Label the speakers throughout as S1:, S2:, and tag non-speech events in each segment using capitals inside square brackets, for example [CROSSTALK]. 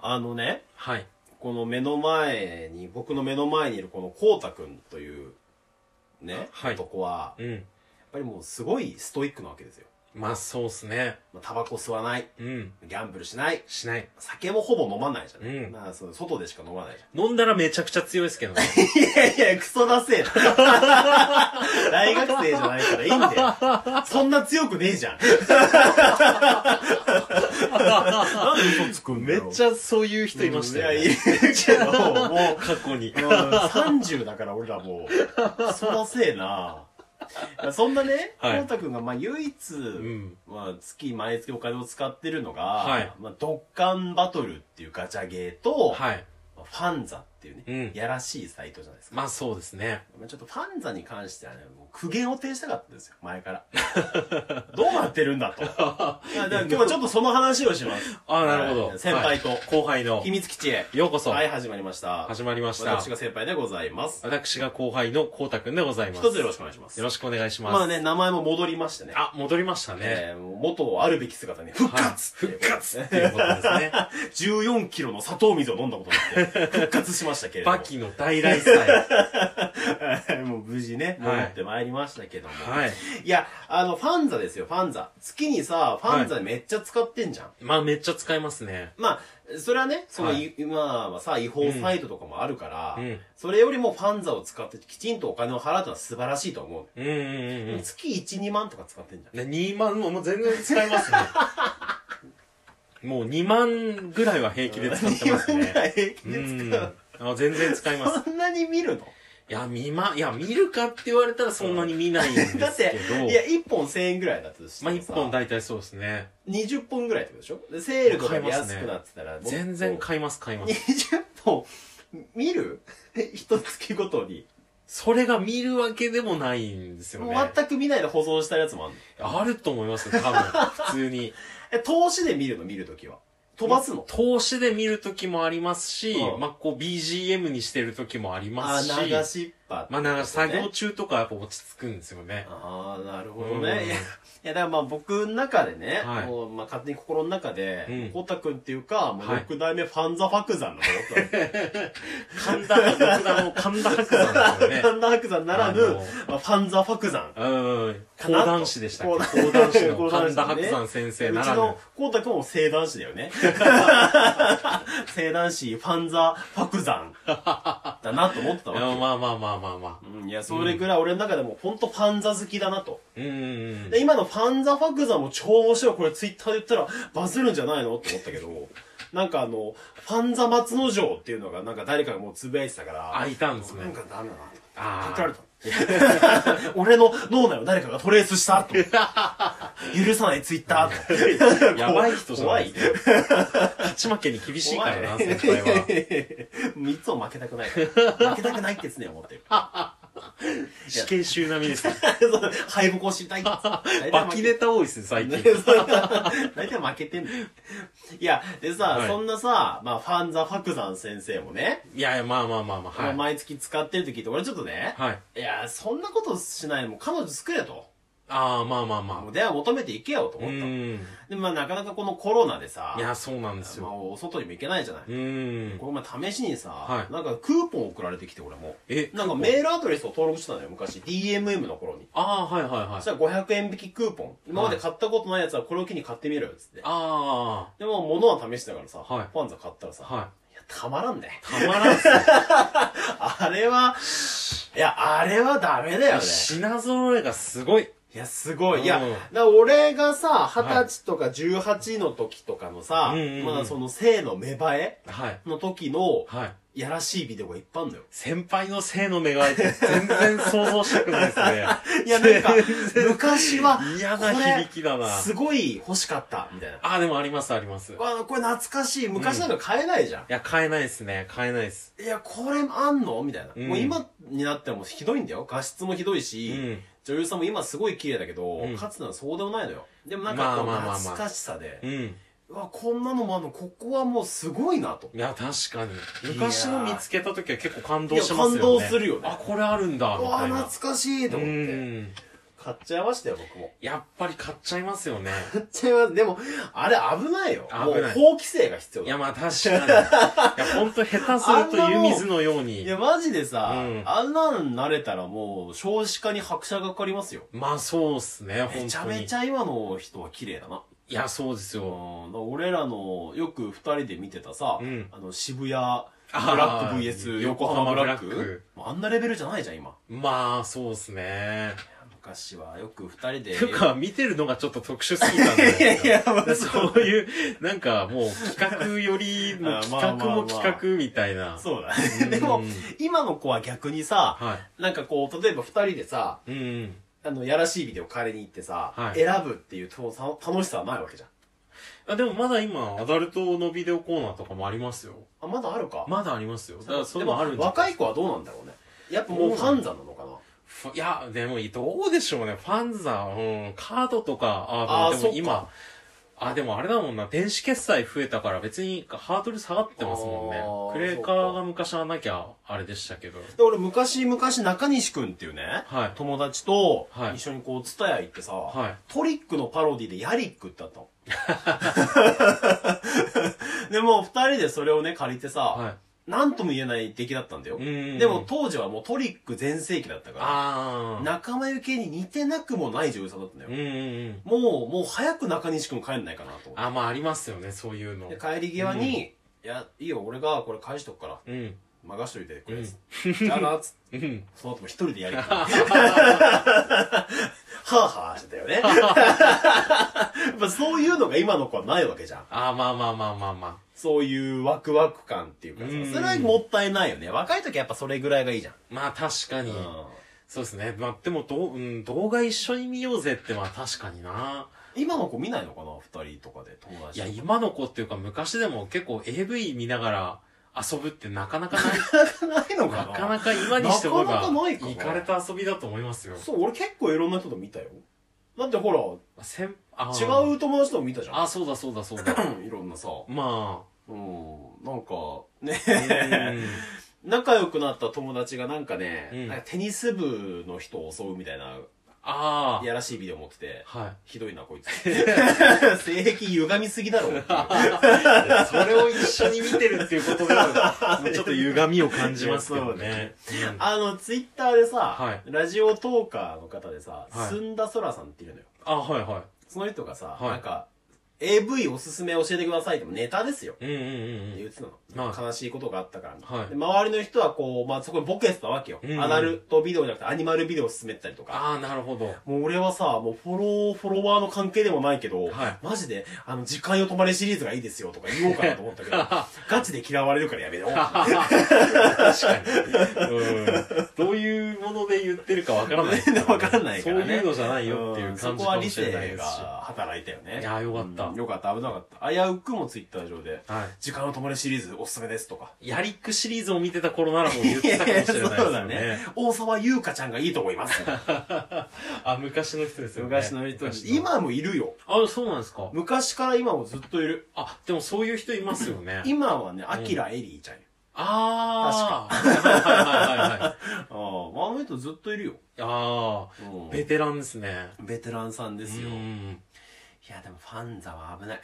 S1: あのね、
S2: はい
S1: この目の前に、僕の目の前にいるこのこうたくんという、ね、
S2: はい
S1: 男は、や
S2: うん
S1: っぱりもうすごいストイックなわけですよ。
S2: まあそうっすね
S1: まあタバコ吸わない、
S2: うん
S1: ギャンブルしない、
S2: しない
S1: 酒もほぼ飲まないじゃない、
S2: うん
S1: まあ、その外でしか飲まないじゃん。
S2: 飲んだらめちゃくちゃ強いですけどね
S1: いやいや、クソだせえな。大学生じゃないからいいんだよ。そんな強くねえじゃん。
S3: なんで嘘つくんだ
S2: [LAUGHS] め
S3: よ
S2: っちゃそういう人いましたよ、
S1: い
S2: ね
S1: や、いるけど、もう、
S2: 過去に
S1: うん30だから俺らもう、クソだせえな。そんなね、こ
S2: はいう
S1: たくんが、まあ、唯一、
S2: うん
S1: まあ、月、毎月お金を使ってるのが、
S2: はい
S1: まあ、ドッカンバトルっていうガチャゲーと、
S2: はい
S1: まあファンザっていうね、
S2: うん
S1: やらしいサイトじゃないですか。
S2: まあそうですね
S1: まあちょっとファンザに関してはね、もう苦言を呈したかったんですよ、前から。 [LAUGHS] どうなってるんだと。いやだ
S2: [LAUGHS]
S1: から今日はちょっとその話をします。
S2: ああなるほど、
S1: はい先輩と
S2: はい後輩の
S1: 秘密基地へ。
S2: ようこそ、
S1: はい、始まりました。
S2: 始まりました
S1: 私が先輩でございます。
S2: 私が後輩のこうたくんでございます
S1: 一つよろしくお願いします。
S2: よろしくお願いします、
S1: まあね、名前も戻りましてね。
S2: あ戻りましたね、
S1: えーもう元あるべき姿に復活、
S2: 復活っていうことです [LAUGHS] ね
S1: 14キロの砂糖水を飲んだことに
S2: [LAUGHS]
S1: なって、復活しましたけれども。
S2: バキの大来祭
S1: もう無事ね、
S2: はい
S1: 戻ってまいりましたけども。
S2: はい
S1: いや、あの、ファンザですよ、ファンザ。月にさ、ファンザめっちゃ使ってんじゃん。
S2: まあめっちゃ使いますね
S1: まあ、それはね、その、、
S2: はい
S1: 今はさ、違法サイトとかもあるから、
S2: うん
S1: それよりもファンザを使ってきちんとお金を払うのは素晴らしいと思う。
S2: うんうんうんうん
S1: 月1、2万とか使ってんじゃん。
S2: ね2万ももう全然使え
S1: [LAUGHS]
S2: ますねもう2万ぐらいは平気で使ってます
S1: 2万ぐ
S2: ね
S1: [LAUGHS] らい平気
S2: う
S1: で
S2: ん
S1: 使う。
S2: あ全然使います
S1: そんなに見るの
S2: いや見まいや見るかって言われたらそんなに見ないんですけど
S1: だって、 [LAUGHS] いや、1本1000円ぐらいだとして
S2: ま
S1: も
S2: あ
S1: さ
S2: 1本大体そうですね
S1: 20本ぐらいってことでしょでセールとかで安くなってたら、
S2: 全然買います買います
S1: 20本見る [LAUGHS] 一月ごとに、
S2: それが見るわけでもないんですよね
S1: 全く見ないで保存したやつもあるの
S2: あると思いますよ
S1: [LAUGHS]
S2: 多分普通に
S1: え投資で見るの見るときは飛ばすの
S2: 投資で見る時もありますし、
S1: うん
S2: まあこう BGM にしてる時もありま
S1: あ
S2: すし
S1: 流しっぱって
S2: まあなんか作業
S1: ね
S2: 中とかやっぱ落ち着くんですよね
S1: ああなるほどね、
S2: うん
S1: いやいやだからまあ僕の中でね、
S2: はい
S1: もうまあ勝手に心の中で、
S2: うん
S1: コタくんっていうか、もう
S2: はい
S1: 6代目ファンザファクザンだと思ったの
S2: 神田、僕らの神田伯山ですよ
S1: ファ
S2: ね。
S1: ンザファクザンならぬ
S2: あの、
S1: まあ、ファンザファクザン。
S2: うん。
S1: か
S2: 講
S1: なと
S2: 談師でしたっ
S1: 講談
S2: け講談師の
S1: 講談師
S2: 神
S1: ね
S2: 田伯山先生
S1: う
S2: な
S1: ち
S2: ら
S1: の
S2: ぬ。、
S1: こうたくんも聖男子だ
S2: [LAUGHS]
S1: よね。聖男子、ファンザ、ファクザン。だなと思ってた
S2: いや
S1: わ
S2: まあまあまあまあまあ
S1: け。。うん、いや、それぐらい俺の中でも本当ファンザ好きだなと。
S2: うんうん
S1: で、今のファンザ、ファクザンも超面白い。これツイッターで言ったらバズるんじゃないのって思ったけど、なんかあの、ファンザ松之丞っていうのがなんか誰かがもうつぶやいてたから。
S2: あいたんですね
S1: なんかダメだなと。
S2: あー
S1: 書かれた。 [LAUGHS] 俺の脳内を誰かがトレースしたと
S2: [LAUGHS]
S1: 思って。許さないツイッター
S2: [LAUGHS] うん。やばい人じゃな
S1: 怖
S2: い
S1: い
S2: ですか。勝ち負けに厳しいからな、先輩は。
S1: [LAUGHS] 3つを負けたくないから。負けたくないって常に思
S2: [LAUGHS]
S1: ってる。
S2: 死刑囚並みです。
S1: [LAUGHS] そう敗北を知り
S2: [LAUGHS]
S1: たい。
S2: バキネタ多いですね、最近。
S1: [LAUGHS] 大体負けてんのよいや、でさ、
S2: はい
S1: そんなさ、まあ、ファンザ・ファクザン先生もね、
S2: いやいや、まあまあまあまあ、
S1: まあ
S2: はい。
S1: 毎月使ってる時って、俺ちょっとね、
S2: はい。
S1: い、や、そんなことしないでもう彼女作れと。
S2: ああ、まあまあま
S1: もう
S2: あ。
S1: 出会い求めていけよと
S2: う
S1: 思ったの。
S2: ん。
S1: で、まあ、なかなかこのコロナでさ、
S2: いや、そうなんです
S1: まあ、
S2: よ。
S1: お外にも行けないじゃない。
S2: うん。
S1: この前試しにさ、
S2: はい
S1: なんかクーポン送られてきて、俺も。
S2: え、
S1: なんかメールアドレスを登録してたのよ、昔。DMM の頃に。
S2: ああ、はいはいはい
S1: そし。たら500円引きクーポン。今まで買ったことないやつはこれを機に買ってみろよ、つって。
S2: あ
S1: でも、物は試してたからさ、
S2: はい
S1: ファンザ買ったらさ、
S2: あ、はい。
S1: いや、たまらんね。
S2: たまらんっすね
S1: あれは、いや、あれはダメだよね。
S2: 品揃えがすごい。
S1: いや、すごい。いや、
S2: うん
S1: だから俺がさ、二十歳とか十八の時とかのさ、
S2: うんうんうん
S1: まだその性の芽生え
S2: はい。
S1: の時の、
S2: はい。
S1: やらしいビデオがいっぱいあるのよ。
S2: 先輩の性の芽生えって全然想像したく [LAUGHS] ないですね。
S1: [LAUGHS] いや、なんか、昔は、
S2: 嫌な響きだ
S1: こ
S2: な
S1: れ。すごい欲しかった、みたいな。
S2: [LAUGHS] あ、でもありますあります。い
S1: あこれ懐かしい。昔なんか買えないじゃん。
S2: や、買えないですね。買えないです。
S1: いや、これあんのみたいな、
S2: うん
S1: もう今になってもうひどいんだよ。画質もひどいうし、
S2: ん。
S1: 女優さんも今すごい綺麗だけど、
S2: うん
S1: かつてはそうでもないのよ。でもなんかこう
S2: まあまあまあまあ
S1: 懐かしさで、
S2: うん。
S1: うわ、こんなのもあんの、ここはもうすごいなと。
S2: いや、確かに。昔の見つけた時は結構感動しますよね。
S1: いや感動するよね
S2: あ、これあるんだ、
S1: う
S2: み
S1: わ、
S2: たいな。
S1: 懐かしいと思って。
S2: うん。
S1: 買っちゃいましたよ、僕も。
S2: やっぱり買っちゃいますよね。
S1: 買っちゃいます。でも、あれ危ないよ。も
S2: 危
S1: う
S2: ない
S1: 法規制が必要
S2: い
S1: だ
S2: や、。まあ確かに。いや、ほんと下手すると湯水のよう
S1: い
S2: に。
S1: や、マジでさ、
S2: うん
S1: あんなん慣れたらもう、少子化に拍車がかかりますよ。
S2: まあそうっすね、ほ
S1: め
S2: ん
S1: ちゃ
S2: とに。
S1: め
S2: い
S1: ちゃ今の人は綺麗だな。
S2: や、そうですよ。
S1: うん、だから俺らのよく二人で見てたさ、
S2: うん
S1: あの渋谷ブラック
S2: あー
S1: VS 横浜ブラック
S2: 横浜ブラック
S1: もうあんなレベルじゃないじゃん今
S2: まあ、そうっすね。
S1: 昔はよく二人で
S2: ていうか、見てるのがちょっと特殊すぎたんで。
S1: い [LAUGHS] やいやまあ
S2: そういう、なんかもう企画よりも
S1: あまあまあ
S2: 企画も企画みたいな。
S1: そうだ
S2: う
S1: ね
S2: ん
S1: でも今の子は逆にさ
S2: は
S1: なんかこう例えば二人でさ
S2: い。うんうん。
S1: あのやらしいビデオ借りに行ってさ、
S2: はい
S1: 選ぶっていうとさ楽しさはないわけじゃん
S2: あでもまだ今、アダルトのビデオコーナーとかもありますよ。
S1: あまだあるか、
S2: まだありますよ。だからそうい
S1: で
S2: うの
S1: も
S2: あるんじゃ
S1: 若
S2: ない
S1: 子はどうなんだろうねやっぱもうファンザなのかな、
S2: ふいや、でもどうでしょうね。ファンザ、うん、カードとか、
S1: あ
S2: あ
S1: ー
S2: で
S1: そっ
S2: も
S1: か
S2: 今、あ、でもあれだもんな、電子決済増えたから別にハードル下がってますも
S1: あ
S2: ん
S1: ー
S2: ね。クレーカ
S1: そ
S2: ー
S1: っか
S2: が昔はなきゃ、あれでしたけど。
S1: で俺昔昔中西くんっていうね、
S2: はい
S1: 友達と
S2: はい
S1: 一緒にこう蔦屋行ってさ、
S2: はい
S1: トリックのパロディでヤリックってあった [LAUGHS] のでもう二人でそれをね借りてさ、
S2: は
S1: なんとも言えない出来だったんだよ
S2: い。うん。
S1: でも、当時はもうトリック全盛期だったか
S2: あ
S1: ら
S2: あ。
S1: 仲間由紀恵に似てなくもない女優さんだったんだよ、
S2: うんうんうん。
S1: もうもう早く中西くん帰んないかなと思っ
S2: あ、まあありますよね、そういうの
S1: てで。帰り際に、いやいいよ俺がこれ返しとくから
S2: うん。
S1: 任しといてくれっつって、じゃあなっつって
S2: うん。
S1: その後も一人でや
S2: [LAUGHS]
S1: りたい。はぁはぁしてたよね。 [LAUGHS] やっぱそういうのが今の子はないわけじゃん。
S2: あーまあまあまあまあまあ。
S1: そういうワクワク感っていうか
S2: うん
S1: さ、それはもったいないよね。若い時はやっぱそれぐらいがいいじゃん。
S2: まあ確かに。
S1: うん
S2: そうですね。まあでも、どう、うん、動画一緒に見ようぜって、まあ確かにな。
S1: 今の子見ないのかな二人とかで友
S2: い
S1: 達
S2: や、
S1: と。
S2: 今の子っていうか昔でも結構 AV 見ながら遊ぶってなかなかない。
S1: ないの [LAUGHS] か
S2: な
S1: な
S2: かなか今にしても
S1: なかなかないかな
S2: 行かれた遊びだと思いますよ。
S1: そう、俺結構いろんな人と見たよ。だってほら、
S2: 先、あー
S1: 違う友達とも見たじゃん。
S2: あ、そうだそうだそうだ。
S1: [COUGHS] いろんなさ。 [LAUGHS]
S2: ま
S1: うん。なんか、ね
S2: あ。うん
S1: 仲良くなった友達がなんかね、
S2: うん
S1: なんかテニス部の人を襲うみたいな、
S2: ああ。
S1: やらしいビデオ持ってて、
S2: はい。
S1: ひどいな、こい
S2: [LAUGHS]
S1: つ。性癖歪みすぎだろ。
S2: それを一緒に見てるっていうことが、 [LAUGHS] もうちょっと歪みを感じますけどね。うん
S1: あの、ツイッターでさ、
S2: はい
S1: ラジオトーカーの方でさ、
S2: はい
S1: すんだそらさんっていうのよ。
S2: あ、はいは
S1: その人がさ、
S2: はい
S1: なんか、AV おすすめ教えてくださいってネタですよ。
S2: い。うんうんうんう
S1: 言
S2: ん。
S1: ってたの、
S2: はい
S1: 悲しいことがあったからみたいな、
S2: はい
S1: で周りの人はこう、まあ、そこにボケてたわけよ、
S2: うんうん
S1: アダルトビデオじゃなくてアニマルビデオを勧めてたりとか
S2: ああ、なるほど。
S1: もう俺はさ、もうフォロー、フォロワーの関係でもないけど、
S2: はい
S1: マジで、あの、時間よ止まれシリーズがいいですよとか言おうかなと思った
S2: [LAUGHS]
S1: けど、ガチで嫌われるからやめよう。
S2: 確かに。うん。どういうもので言ってるか [LAUGHS] わからないですらね。
S1: わかんないからね。
S2: そういうのじゃないよっていう
S1: そ
S2: 感
S1: こ
S2: じか
S1: は
S2: も
S1: 理
S2: しれ
S1: 性
S2: ないです
S1: が
S2: し。
S1: 働いたよね。
S2: いやよかった
S1: うんよかった、危なかった。危うくもツイッター上で、
S2: は
S1: 時間よ止まれシリーズおすすめです
S2: [LAUGHS]
S1: とか。
S2: い。ヤリックシリーズを見てた頃ならもう言ってたかもしれないですよ
S1: そうだね
S2: ね。。
S1: 大沢優香ちゃんがいいと思います。
S2: あ、昔の人ですよね。
S1: 昔の人に
S2: 昔
S1: 今もいるよ。
S2: あ、そうなんですか。
S1: 昔から今もずっといる。
S2: あ、でもそういう人いますよね。
S1: 今はね、アキラエリーちゃんよ。
S2: ああ。はいはいはいはい。
S1: ああ、あの人ずっといるよ。
S2: あ
S1: うん
S2: あ、ベテランですね。
S1: ベテランさんですよ。
S2: う
S1: い
S2: ん。
S1: や、でもファンザは危ない。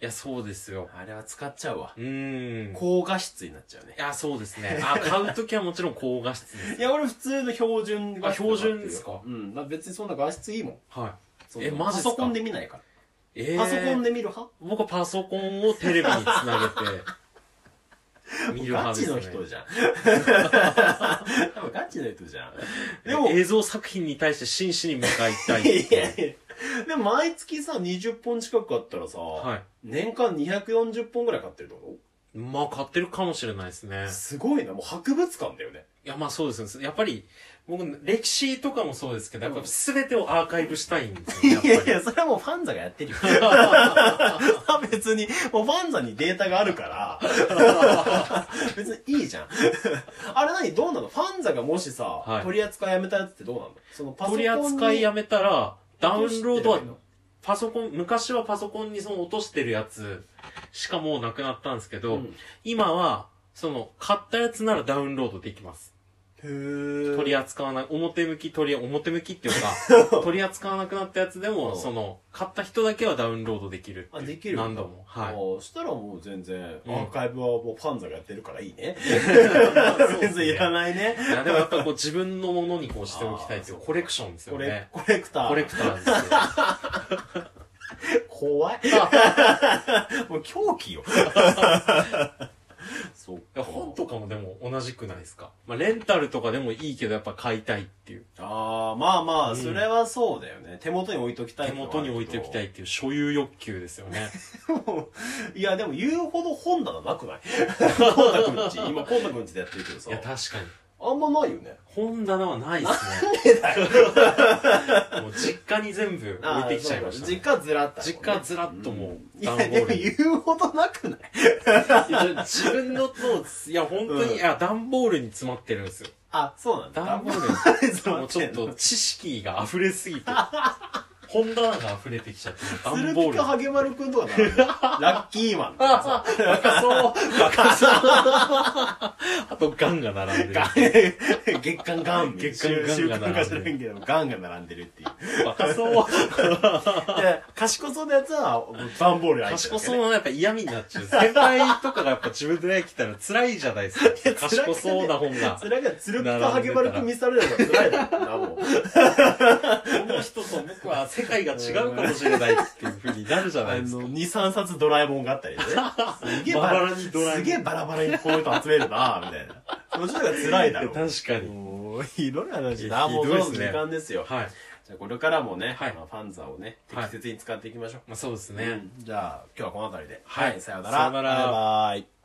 S2: いや、そうですよ。
S1: あれは使っちゃうわ。
S2: うん。い
S1: 高画質になっちゃうね。
S2: や、そうですね。あ、買うときはもちろん高画
S1: [LAUGHS]
S2: 質です。
S1: いや、俺普通の標準
S2: あ標準ですか
S1: うん。だら別にそんな画質いいもん。
S2: は
S1: そんな
S2: えマジっす
S1: パ
S2: か
S1: ソコンで見ないか
S2: い。え
S1: ら。パ
S2: ー
S1: ソコンで見る派
S2: 僕はパソコンをテレビにつ
S1: [LAUGHS]
S2: なげて、見る
S1: ガ
S2: 派で
S1: チ
S2: すね。
S1: の人じゃん。多 [LAUGHS] 分ガチの人じゃん。で
S2: で
S1: も
S2: も、、映像作品に対して真摯に向かいたいってい
S1: [LAUGHS]
S2: う。
S1: いやいや。でも毎月さ、20本近くあったらさ、
S2: は
S1: 年間240本ぐらい買ってるってこ
S2: い。まあ、買ってるかもしれないですね
S1: と。すごいな。もう博物館だよね。
S2: いや、まあそうですね。やっぱり、僕、歴史とかもそうですけど、やっぱ全てをアーカイブしたいんですよ、ね。
S1: いや
S2: やっぱ
S1: い
S2: り。
S1: や、それはもうファンザがやって
S2: [LAUGHS]
S1: るよ。別に、もうファンザにデータがある
S2: [LAUGHS]
S1: から、別にいいじゃん。あれ何どうなのファンザがもしさ、
S2: はい
S1: 取り扱いやめたやつってどうなのそのパソコン
S2: 取
S1: に
S2: り扱いやめたら、ダウンロードは
S1: 落としてればいいの、
S2: パソコン、昔はパソコンにその落としてるやつしかもうなくなったんですけど、
S1: うん
S2: 今は、その、買ったやつならダウンロードできます。
S1: へえ。
S2: 取り扱わない、表向き取り、表向きっていう
S1: [LAUGHS]
S2: か、取り扱わなくなったやつで
S1: う
S2: も、
S1: ん
S2: その、買った人だけはダウンロードできるっていう
S1: あできるんだ
S2: 何度も。
S1: あ
S2: はい。
S1: ーしたらもう全然、
S2: うん
S1: アーカイブはもうファンザがやってるからいいね。
S2: うですね
S1: 別にいらないね。
S2: いや、でもやっぱこう自分のものにこうしておきたいっていう
S1: あー
S2: コレクションです
S1: コ
S2: よ
S1: レ
S2: ね。
S1: コレクター。
S2: コレクターですよ。
S1: 怖
S2: [LAUGHS]
S1: い。もう狂気よ。そう
S2: いや本とかもでも同じくないですか。まあ、レンタルとかでもいいけどやっぱ買いたいっていう。
S1: ああ、まあま
S2: う
S1: あ、
S2: ん
S1: それはそうだよね。手元に置いときたい
S2: 手元に置いておきた
S1: い。
S2: いっていう所有欲求ですよね。
S1: いや、でも言うほど本棚なく
S2: [LAUGHS]
S1: ないコンタくんち。今、コンタくんちでやってるけどさ
S2: いや、。確かに。
S1: あんまないよね。
S2: 本棚はないですね。もう実家に全部置いてきちゃいました、ね。
S1: 実家ずらった、
S2: 実家ずらっともう、
S1: いや、
S2: 段
S1: でも言うほどなくない
S2: 自分のと、いや、本当に、
S1: うん
S2: いや、段ボールに詰まってるんですよ。
S1: あ、そうなんだ。
S2: 段ボール
S1: ルに
S2: に、もうちょっと知識が溢れすぎて、本棚が溢れてきちゃって、段
S1: 鶴
S2: ボー
S1: 木
S2: ル。
S1: か
S2: なん
S1: ハゲマルくんとか並んでるラッキーマンとか
S2: [LAUGHS]
S1: さ。
S2: かそう、なんかそう。あと、ガンが並んでる。
S1: 月間ガン
S2: 月刊ガン
S1: 週
S2: が並
S1: 刊
S2: んでる
S1: か知らんけどガンが並んでるっていう
S2: バカそう。
S1: で賢そうなやつは段ボール入ってる
S2: 賢
S1: わけ
S2: そ
S1: ね
S2: うなやっぱ嫌味になっちゃう。先輩とかがやっぱ自分で来たら辛いじゃないですか。賢そうな本が。
S1: それが鶴木かハゲマルくん見せられるのが辛いだろうなもう
S2: この人と僕は世界が違うかもしれないっていうふうになるじゃ
S1: あ
S2: ないですか。
S1: の23冊ドラえもんがあったりねすげえ
S2: バラバラにドラえもん
S1: すげえバラバラにこういう人集めるなみたいなそっちの方が辛いだろう
S2: 確かに。
S1: もういろいろ話
S2: い
S1: だ
S2: や
S1: もう
S2: ひ
S1: そ
S2: どい
S1: ろ
S2: っす
S1: そ
S2: ね
S1: ろ時間ですよ
S2: はい。
S1: じゃあこれからもね、
S2: はい
S1: あのファンザをね
S2: はい
S1: 適切に使っていきましょう
S2: まあそうですね。
S1: うんじゃあ今日はこの辺りで
S2: はい
S1: さような
S2: さ
S1: ら
S2: ようなら
S1: バイバイ